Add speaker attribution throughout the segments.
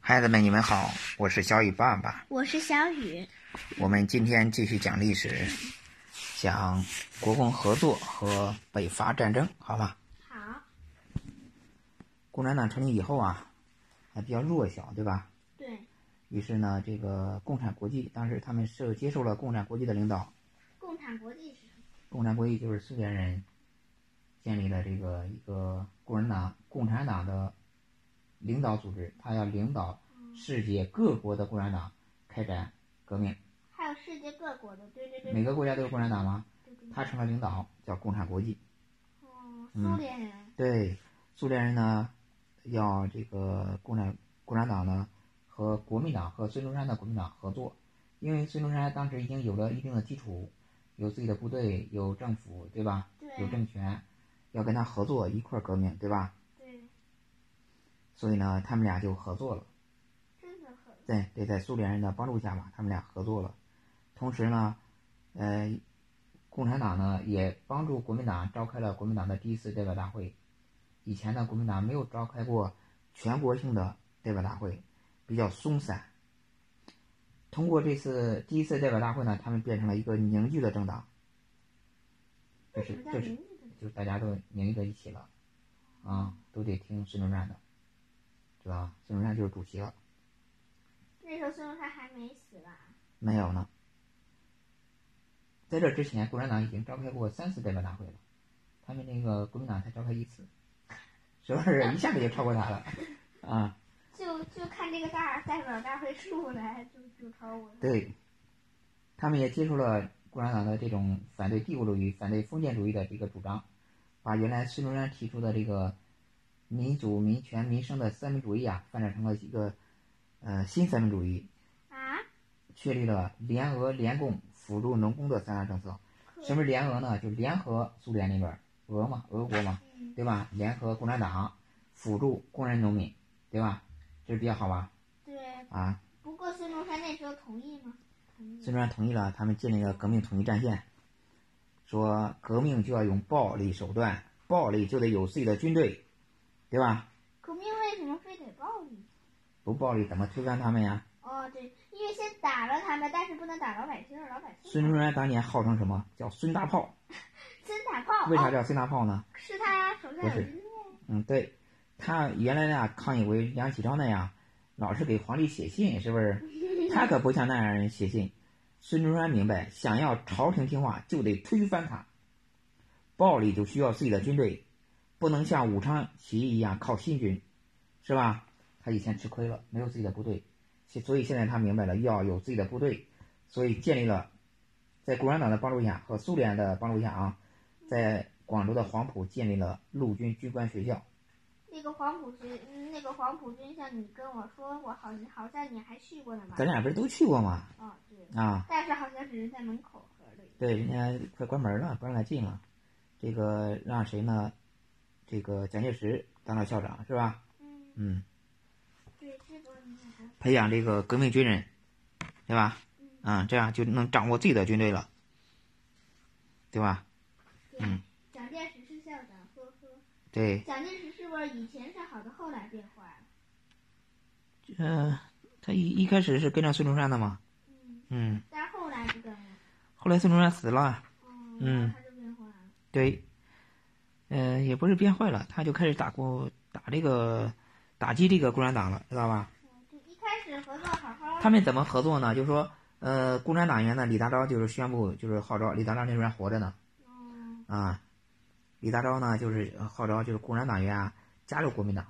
Speaker 1: 孩子们，你们好，我是小雨爸爸。
Speaker 2: 我是小雨，
Speaker 1: 我们今天继续讲历史，讲国共合作和北伐战争，好吧？
Speaker 2: 好，
Speaker 1: 共产党成立以后啊，还比较弱小，对吧？
Speaker 2: 对，
Speaker 1: 于是呢，这个共产国际当时他们是接受了共产国际的领导，
Speaker 2: 共产国际是什么？
Speaker 1: 共产国际就是苏联人建立了这个一个共产党共产党的领导组织，他要领导
Speaker 2: 嗯
Speaker 1: 世界各国的共产党开展革命。
Speaker 2: 还有世界各国的，对对对，
Speaker 1: 每个国家都有共产党吗？
Speaker 2: 对对对
Speaker 1: 他成了领导，叫共产国际。
Speaker 2: 哦，
Speaker 1: 嗯
Speaker 2: 苏联人，
Speaker 1: 对，苏联人呢，要这个共产共产党呢和国民党和孙中山的国民党合作，因为孙中山当时已经有了一定的基础，有自己的部队，有政府，对吧？有
Speaker 2: 对
Speaker 1: 政权，要跟他合作一块儿革命，对吧？
Speaker 2: 对，
Speaker 1: 所以呢，他们俩就合作了。
Speaker 2: 真的很，
Speaker 1: 对，这在苏联人的帮助下吧，他们俩合作了。同时呢，呃，共产党呢也帮助国民党召开了国民党的第一次代表大会。以前呢，国民党没有召开过全国性的代表大会，比较松散。通过这次第一次代表大会呢，他们变成了一个凝聚的政党，就
Speaker 2: 为什
Speaker 1: 是
Speaker 2: 么叫
Speaker 1: 就是
Speaker 2: 民族的？
Speaker 1: 就是大家都凝聚在一起了，啊，都得听孙中山的，知道吧？孙中山就是主席了，
Speaker 2: 那时候孙中山还没死吧？
Speaker 1: 没有呢。在这之前，共产党已经召开过三次代表大会了，他们那个国民党才召开一次，是不是一下子就超过他了？啊，
Speaker 2: 就就看这个大代表大会出来就就超我了，
Speaker 1: 对，他们也接受了共产党的这种反对帝国主义、反对封建主义的这个主张，把原来孙中山提出的这个民主、民权、民生的三民主义啊，发展成了一个呃新三民主义，
Speaker 2: 啊，
Speaker 1: 确立了联俄联共辅助农工的三大政策。什么是联俄呢？就联合苏联那边儿俄嘛，俄国嘛，
Speaker 2: 嗯，
Speaker 1: 对吧？联合共产党，辅助工人农民，对吧？这比较好吧？
Speaker 2: 对。
Speaker 1: 啊，
Speaker 2: 不过孙中山那时候同意吗？同意。
Speaker 1: 孙中山同意了，他们建立了革命统一战线，说革命就要用暴力手段，暴力就得有自己的军队，对吧？
Speaker 2: 革命为什么非得暴力？
Speaker 1: 不暴力怎么推翻他们呀？
Speaker 2: 哦，对，因为先打了他们，但是不能打老百姓，老百姓
Speaker 1: 孙中山当年号称什么叫孙大炮？
Speaker 2: 真打炮。
Speaker 1: 为啥
Speaker 2: 哦？
Speaker 1: 叫孙大炮呢？
Speaker 2: 是他手上
Speaker 1: 不
Speaker 2: 有
Speaker 1: 是
Speaker 2: 军队。
Speaker 1: 嗯，对，他原来呢抗议为梁启超那样，老是给皇帝写信，是不是？他可不像那样人写信。孙中山明白，想要朝廷听话，就得推翻他。暴力就需要自己的军队，不能像武昌起义一样靠新军，是吧？他以前吃亏了，没有自己的部队，其所以现在他明白了要有自己的部队，所以建立了，在共产党的帮助下和苏联的帮助下啊，在广州的黄埔建立了陆军军官学校。
Speaker 2: 那个黄埔军，嗯那个黄埔军校，你跟我说我好，好像你还去过呢吧？
Speaker 1: 咱俩不是都去过吗？
Speaker 2: 哦，对，
Speaker 1: 啊，
Speaker 2: 但是好像只是在门口而已。
Speaker 1: 对，人家快关门了，不让他进了。这个让谁呢？这个蒋介石当了校长是吧？
Speaker 2: 嗯，
Speaker 1: 嗯，
Speaker 2: 对，这个你看啊，
Speaker 1: 培养这个革命军人，对吧？
Speaker 2: 嗯，
Speaker 1: 啊、这样就能掌握自己的军队了，对吧？
Speaker 2: 对，
Speaker 1: 嗯
Speaker 2: 蒋介石是校长，呵呵。
Speaker 1: 对，
Speaker 2: 蒋介石是不是以前是好的，后来变坏了？
Speaker 1: 呃，他一一开始是跟着孙中山的嘛，
Speaker 2: 嗯，
Speaker 1: 嗯，
Speaker 2: 但后来不跟了，
Speaker 1: 后来孙中山死了，
Speaker 2: 嗯，
Speaker 1: 嗯
Speaker 2: 然后他就变坏了。
Speaker 1: 对，呃，也不是变坏了，他就开始打过打这个打击这个共产党了，知道吧？
Speaker 2: 嗯，就一开始合作好好的，
Speaker 1: 他们怎么合作呢？就是说，呃，共产党员呢，李大钊就是宣布，就是号召李大钊那边活着呢，
Speaker 2: 嗯，
Speaker 1: 啊，李大钊呢就是呃号召就是共产党员啊加入国民党，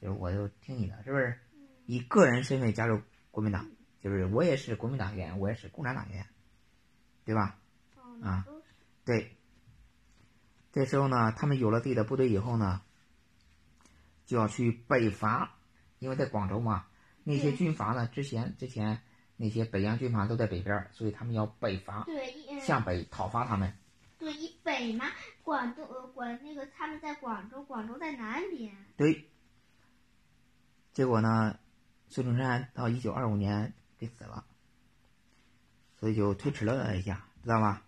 Speaker 1: 就是我就听你的，是不是？
Speaker 2: 嗯
Speaker 1: 以个人身份加入国民党，就是我也是国民党员，我也是共产党员，对吧？
Speaker 2: 哦，
Speaker 1: 啊
Speaker 2: 都是
Speaker 1: 对。这时候呢，他们有了自己的部队以后呢，就要去北伐，因为在广州嘛，那些
Speaker 2: 对
Speaker 1: 军阀呢，之前之前那些北洋军阀都在北边儿，所以他们要北伐，
Speaker 2: 对一嗯
Speaker 1: 向北讨伐他们。
Speaker 2: 对以北嘛，广东呃广那个他们在广州，广州在南边。
Speaker 1: 对。结果呢，孙中山到一九二五年给死了，所以就推迟了一下，知道吧？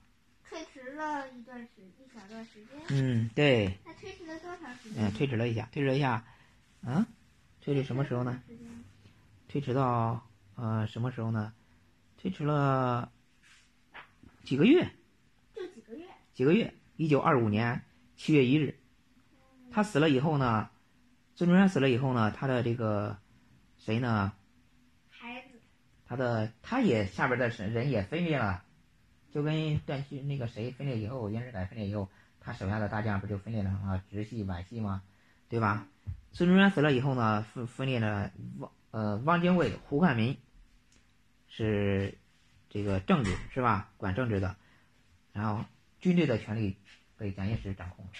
Speaker 2: 推迟了一段时一小段时间，
Speaker 1: 嗯，对，
Speaker 2: 那推迟了多长时间？
Speaker 1: 啊嗯，推迟了一下，推迟了一下，嗯，推迟什么时候呢？？推迟到呃什么时候呢？推迟了几个月，
Speaker 2: 就几个月，
Speaker 1: 几个月。一九二五年七月一日，他死了以后呢，孙中山死了以后呢，他的这个谁呢？
Speaker 2: 孩子
Speaker 1: 他的他也下边的人人也分裂了，就跟战区那个谁分裂以后，袁世凯分裂以后，他手下的大将不就分裂了啊，直系、皖系吗？对吧？孙中山死了以后呢，分分裂了汪呃汪精卫、胡汉民是这个政治是吧？管政治的，然后军队的权力被蒋介石掌控了，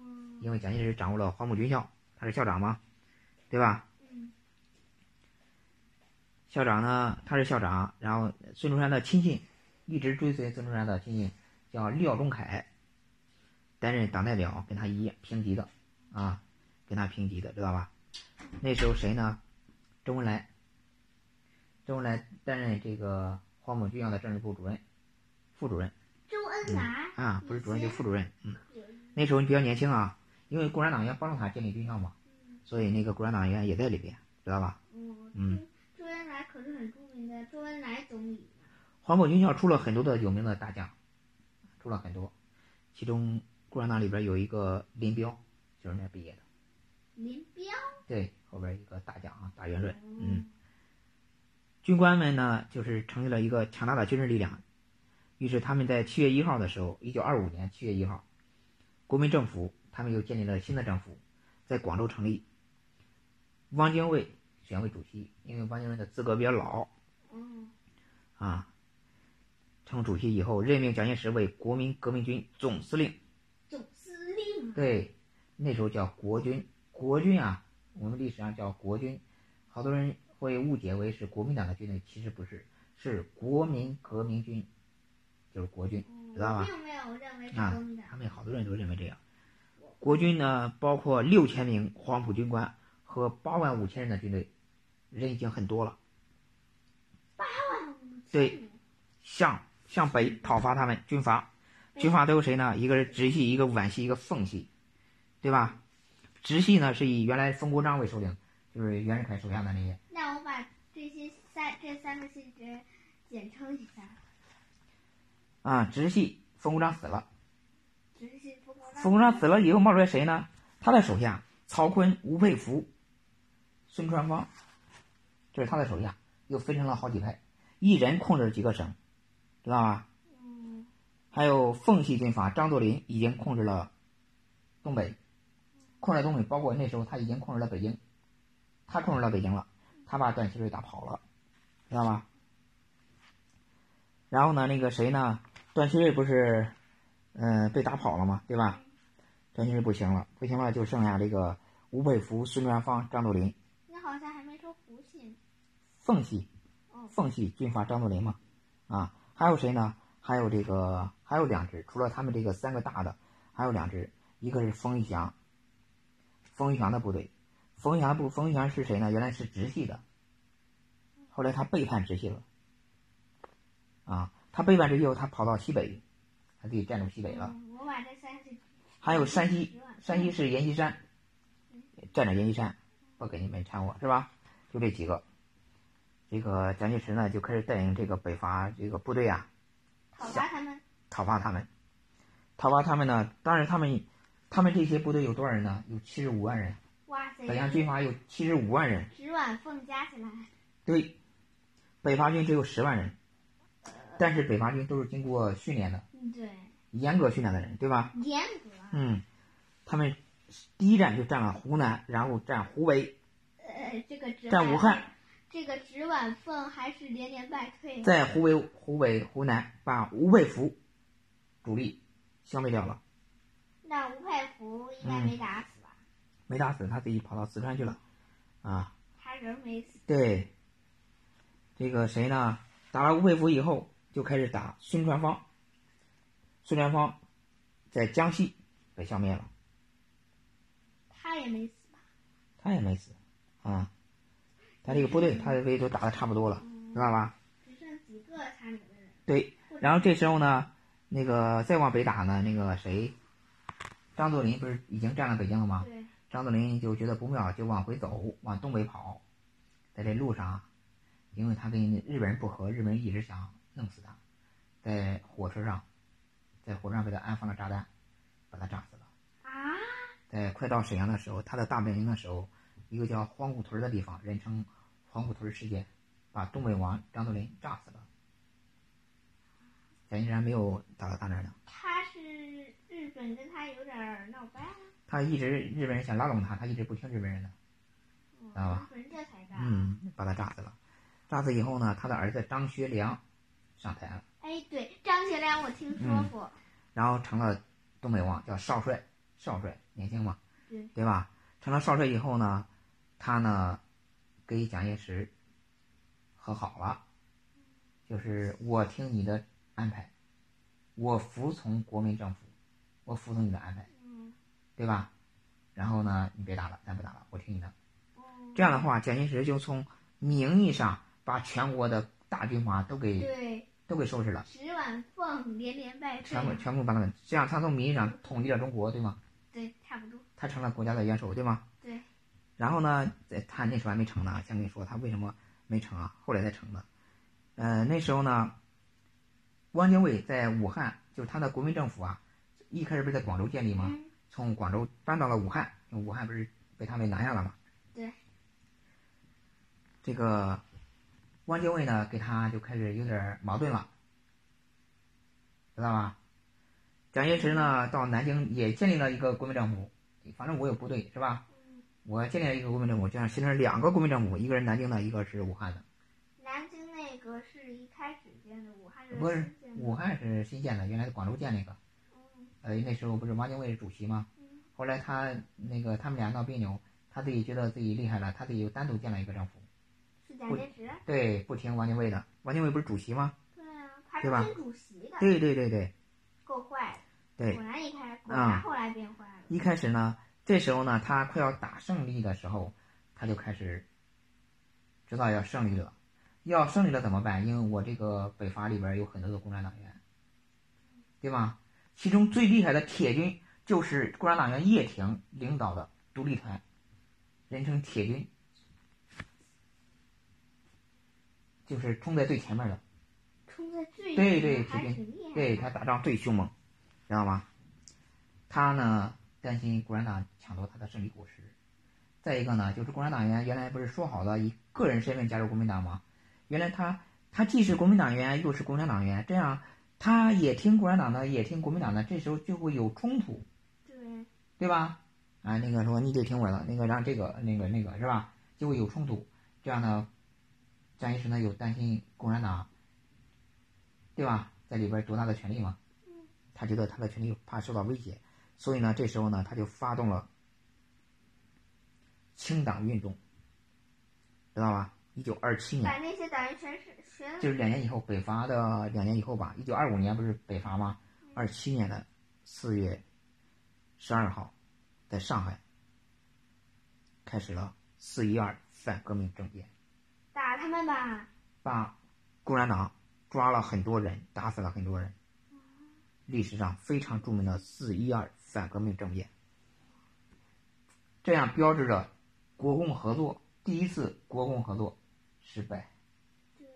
Speaker 2: 嗯
Speaker 1: 因为蒋介石掌握了黄埔军校，他是校长嘛，对吧？
Speaker 2: 嗯
Speaker 1: 校长呢，他是校长，然后孙中山的亲信，一直追随孙中山的亲信叫廖仲恺，担任党代表，跟他一样平级的，啊，跟他平级的，知道吧？那时候谁呢？周恩来，周恩来担任这个黄埔军校的政治部主任、副主任
Speaker 2: 周恩来
Speaker 1: 啊，不是主任就是副主任，嗯。
Speaker 2: 有
Speaker 1: 那时候你比较年轻啊，因为共产党员帮助他建立军校嘛，所以那个共产党员也在里边，知道吧？嗯
Speaker 2: 嗯，周周恩来可是很著名的周恩来总理呢。
Speaker 1: 黄埔军校出了很多的有名的大将，出了很多，其中共产党里边有一个林彪，就是那毕业的，
Speaker 2: 林彪，
Speaker 1: 对，后边一个大将啊，大元帅，嗯。军官们呢，就是成立了一个强大的军事力量。于是他们在七月一号的时候，一九二五年七月一号，国民政府他们又建立了新的政府，在广州成立。汪精卫选为主席，因为汪精卫的资格比较老
Speaker 2: 嗯，
Speaker 1: 啊。成主席以后，任命蒋介石为国民革命军总司令。
Speaker 2: 总司令啊，
Speaker 1: 对，那时候叫国军，国军啊，我们历史上叫国军，好多人会误解为是国民党的军队，其实不是，是国民革命军，就是国军，
Speaker 2: 嗯
Speaker 1: 知道吧
Speaker 2: 我并没有认为是
Speaker 1: 啊
Speaker 2: 国民
Speaker 1: 他
Speaker 2: 党。
Speaker 1: 们好多人都认为这样。国军呢，包括六千名黄埔军官和八万五千人的军队，人已经很多了。对，向向北讨伐他们军阀，军阀都有谁呢？一个是直系，一个皖系，一个奉系，对吧？直系呢是以原来冯国璋为首领，就是袁世凯手下的那些
Speaker 2: 那我把这些三这三个性质简称一下，
Speaker 1: 啊，直系冯国璋死了，
Speaker 2: 只是不能让
Speaker 1: 冯国璋死了以后冒出来谁呢？他的手下曹锟、吴佩孚、孙传芳，这是他的手下，又分成了好几派，一人控制了几个省，知道吧？
Speaker 2: 嗯
Speaker 1: 还有奉系军阀张作霖已经控制了东北，控制了东北，包括那时候他已经控制了北京，他控制了北京了，他把段祺瑞打跑了，知道吧？然后呢，那个谁呢？段祺瑞不是，嗯、被打跑了嘛，对吧？段祺瑞不行了，不行了，就剩下这个吴佩孚、孙传芳、张作霖，
Speaker 2: 那好像还没说胡琴，
Speaker 1: 奉系
Speaker 2: 嗯
Speaker 1: 奉系军阀张作霖嘛，啊，还有谁呢？还有这个，还有两支，除了他们这个三个大的，还有两支，一个是冯玉祥，冯玉祥的部队，冯玉祥部冯玉祥是谁呢？原来是直系的，后来他背叛直系了，啊，他背叛直系后，他跑到西北，他自己占领西北了。
Speaker 2: 嗯我把这三个
Speaker 1: 还有山西，山西是阎锡山，占着阎锡山，不给你们掺和是吧？就这几个。这个蒋介石呢，就开始带领这个北伐这个部队啊，
Speaker 2: 讨伐他们，
Speaker 1: 讨伐他们。讨伐他们呢，当然他们，他们这些部队有多少人呢？有七十五万人，
Speaker 2: 哇塞，
Speaker 1: 北洋军阀有七十五万人，
Speaker 2: 直皖奉加起来，
Speaker 1: 对，北伐军只有十万人，但是北伐军都是经过训练的，
Speaker 2: 嗯对，
Speaker 1: 严格训练的人，对吧？
Speaker 2: 严格，
Speaker 1: 嗯，他们第一站就占了湖南，然后占湖北，
Speaker 2: 呃，这个直
Speaker 1: 占武汉，
Speaker 2: 这个直皖奉还是连连败退，
Speaker 1: 在湖北、湖北、湖南把吴佩孚主力消灭掉了，
Speaker 2: 那吴佩孚应该
Speaker 1: 嗯
Speaker 2: 没打死吧？
Speaker 1: 没打死，他自己跑到四川去了。啊，
Speaker 2: 他人没死，
Speaker 1: 对，这个谁呢？打了吴佩孚以后，就开始打孙传芳。孙传芳在江西被消灭了，
Speaker 2: 他也没死吧？
Speaker 1: 他也没死，啊，他这个部队他的位都打的差不多了，
Speaker 2: 嗯
Speaker 1: 知，道吧？
Speaker 2: 只剩几个参与的人，
Speaker 1: 对，然后这时候呢，那个再往北打呢，那个谁，张作霖不是已经占了北京了吗？
Speaker 2: 对，
Speaker 1: 张作霖就觉得不妙，就往回走，往东北跑，在这路上啊因为他跟日本人不和，日本人一直想弄死他，在火车上，在火车上给他安放了炸弹，把他炸死了。
Speaker 2: 啊，
Speaker 1: 在快到沈阳的时候，他在大本营的时候，一个叫黄姑屯的地方，人称黄姑屯事件，把东北王张作霖炸死了。蒋介石还没有打到他那儿呢，
Speaker 2: 他是日本跟他有点儿闹掰啊了，
Speaker 1: 他一直日本人想拉拢他，他一直不听日本人的，
Speaker 2: 嗯
Speaker 1: 啊
Speaker 2: 日本人这才干。
Speaker 1: 嗯，把他炸死了。炸死以后呢，他的儿子张学良上台了，
Speaker 2: 哎，对，张学良我听说
Speaker 1: 嗯
Speaker 2: 过，
Speaker 1: 然后成了东北王，叫少帅，少帅年轻嘛，
Speaker 2: 对，
Speaker 1: 对吧？成了少帅以后呢，他呢跟蒋介石和好了，就是我听你的安排，我服从国民政府，我服从你的安排，
Speaker 2: 嗯，
Speaker 1: 对吧？然后呢，你别打了，咱不打了，我听你的。
Speaker 2: 哦
Speaker 1: 这样的话，蒋介石就从名义上把全国的大军阀都给
Speaker 2: 对，
Speaker 1: 都给收拾了，
Speaker 2: 石碗凤连连败退
Speaker 1: 全，部全部把他们，这样他从名义上统一了中国，对吗？
Speaker 2: 对，差不多，
Speaker 1: 他成了国家的元首，对吗？
Speaker 2: 对。
Speaker 1: 然后呢，在他那时候还没成呢，先跟你说他为什么没成啊，后来才成的。呃，那时候呢，汪精卫在武汉，就是他的国民政府啊，一开始不是在广州建立吗？
Speaker 2: 嗯，
Speaker 1: 从广州搬到了武汉，因为武汉不是被他们拿下了吗？
Speaker 2: 对。
Speaker 1: 这个汪精卫呢，给他就开始有点矛盾了，知道吧？蒋介石呢，到南京也建立了一个国民政府，反正我有部队是吧？
Speaker 2: 嗯
Speaker 1: 我建立了一个国民政府，这样形成两个国民政府，一个是南京的，一个是武汉的。
Speaker 2: 南京那个是一开始建的，武汉是
Speaker 1: 不是
Speaker 2: 新建的
Speaker 1: 武汉是新建的，原来是广州建那个，
Speaker 2: 嗯
Speaker 1: 呃，那时候不是汪精卫是主席吗？
Speaker 2: 嗯
Speaker 1: 后来他那个他们俩闹别扭，他自己觉得自己厉害了，他自己又单独建了一个政府，
Speaker 2: 是蒋介石，
Speaker 1: 对，不听汪精卫的。汪精卫不是主席吗？
Speaker 2: 啊对啊，他
Speaker 1: 对吧
Speaker 2: 是主席的，
Speaker 1: 对对对对
Speaker 2: 够坏的，
Speaker 1: 对
Speaker 2: 果。然一开，果
Speaker 1: 啊
Speaker 2: 然后来变坏了。
Speaker 1: 一开始呢，这时候呢，他快要打胜利的时候，他就开始知道要胜利了，要胜利了怎么办？因为我这个北伐里边有很多的共产党员，对吧？其中最厉害的铁军就是共产党员叶挺领导的独立团，人称铁军，就是冲在最前面的。
Speaker 2: 冲在最
Speaker 1: 对
Speaker 2: 对
Speaker 1: 对
Speaker 2: 还
Speaker 1: 挺
Speaker 2: 挺厉害的。
Speaker 1: 对他打仗最凶猛，知道吗？他呢担心共产党抢夺他的胜利果实，再一个呢，就是共产党员原来不是说好了以个人身份加入国民党吗？原来他他既是国民党员又是共产党员，这样他也听共产党的，也听国民党的，这时候就会有冲突，
Speaker 2: 对
Speaker 1: 对吧？啊，那个说你得听我的，那个让这个那个那个是吧？就会有冲突。这样呢，蒋介石呢有担心共产党，对吧？在里边儿多大的权利嘛
Speaker 2: 嗯？
Speaker 1: 他觉得他的权利怕受到威胁，所以呢，这时候呢，他就发动了清党运动，知道吧？一九二七年，
Speaker 2: 把那些党员全是全
Speaker 1: 就是两年以后北伐的两年以后吧，一九二五年不是北伐吗？二七年的四月十二号，在上海开始了四一二反革命政变，
Speaker 2: 打他们吧。
Speaker 1: 把共产党抓了很多人，打死了很多人。历史上非常著名的四一二反革命政变，这样标志着国共合作第一次国共合作失败，
Speaker 2: 对，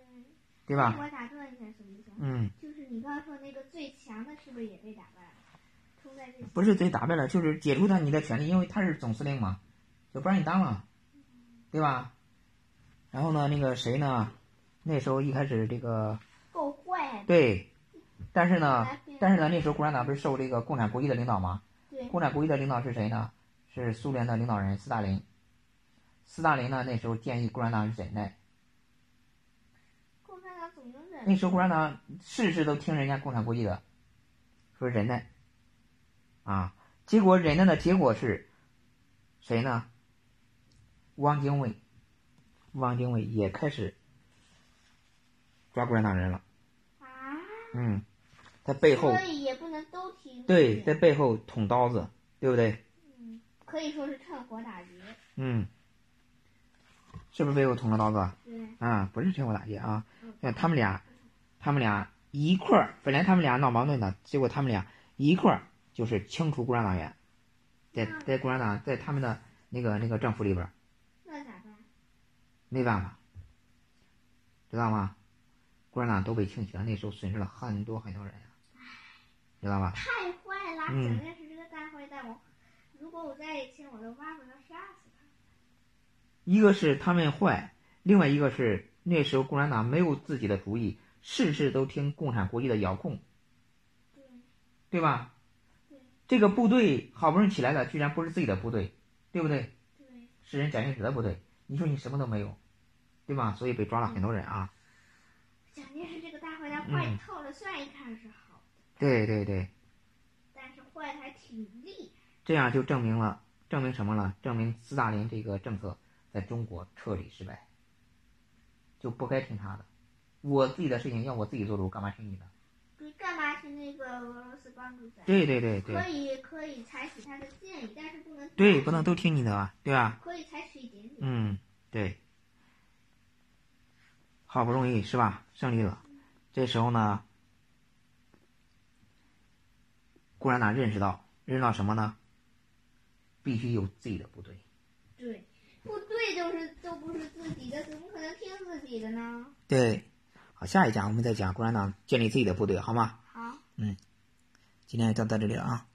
Speaker 1: 对吧？
Speaker 2: 我打断一下，什么意思？
Speaker 1: 嗯。
Speaker 2: 就是你刚刚说那个最强的，是不是也被打败了？冲在最
Speaker 1: 不是得打败了，就是解除他你的权利，因为他是总司令嘛，就不让你当了，对吧？然后呢，那个谁呢？那时候一开始这个
Speaker 2: 够坏的。
Speaker 1: 对，但是呢
Speaker 2: 来变，
Speaker 1: 但是呢，那时候共产党不是受这个共产国际的领导吗？
Speaker 2: 对，
Speaker 1: 共产国际的领导是谁呢？是苏联的领导人斯大林。斯大林呢，那时候建议共产党忍耐，
Speaker 2: 共产党总能忍
Speaker 1: 那时候共产党事事都听人家共产国际的，说忍耐，啊，结果忍耐的结果是，谁呢？汪精卫，汪精卫也开始抓共产党人了。
Speaker 2: 啊，
Speaker 1: 嗯，在背后
Speaker 2: 所以也不能都听。
Speaker 1: 对，在背后捅刀子，对不对？
Speaker 2: 嗯，可以说是趁火打劫。
Speaker 1: 嗯，是不是背后捅了刀子？
Speaker 2: 对，
Speaker 1: 啊，不是趁火打劫啊
Speaker 2: 嗯，
Speaker 1: 那他们俩，他们俩一块儿，本来他们俩闹矛盾的，结果他们俩一块儿就是清除共产党员，在
Speaker 2: 嗯
Speaker 1: 在共产党在他们的那个那个政府里边儿
Speaker 2: 那咋办？
Speaker 1: 没办法，知道吗？共产党东北庆权那时候损失了很多很多人呀、啊知道吧？
Speaker 2: 太坏了，
Speaker 1: 嗯
Speaker 2: 蒋介石这个大坏蛋，我哦如果我在以前，我都巴不得杀死他。
Speaker 1: 一个是他们坏，另外一个是那时候共产党没有自己的主意，事事都听共产国际的遥控，
Speaker 2: 对，
Speaker 1: 对吧
Speaker 2: 对？
Speaker 1: 这个部队好不容易起来了，居然不是自己的部队，对不对？
Speaker 2: 对，
Speaker 1: 是人蒋介石的部队，你说你什么都没有，对吧？所以被抓了很多人啊。
Speaker 2: 蒋介石这个大坏蛋坏
Speaker 1: 嗯
Speaker 2: 透了，虽然一开始是好，
Speaker 1: 对对对，
Speaker 2: 但是坏的还挺厉害。
Speaker 1: 这样就证明了，证明什么了？证明斯大林这个政策在中国彻底失败，就不该听他的。我自己的事情要我自己做主，干嘛听你的？
Speaker 2: 对，干嘛去那个俄罗斯帮助咱？
Speaker 1: 对对对
Speaker 2: 可
Speaker 1: 对
Speaker 2: 以可以采取他的建议，但是不能
Speaker 1: 对，不能都听你的吧？对吧？
Speaker 2: 可以采取一点点。
Speaker 1: 嗯，对，好不容易是吧，胜利了。这时候呢，共产党认识到，认识到什么呢？必须有自己的部队。
Speaker 2: 对，部队就是都不是自己的，怎么可能听自己的呢？
Speaker 1: 对，好，下一讲我们再讲共产党建立自己的部队，好吗？
Speaker 2: 好。
Speaker 1: 今天就到这里了啊。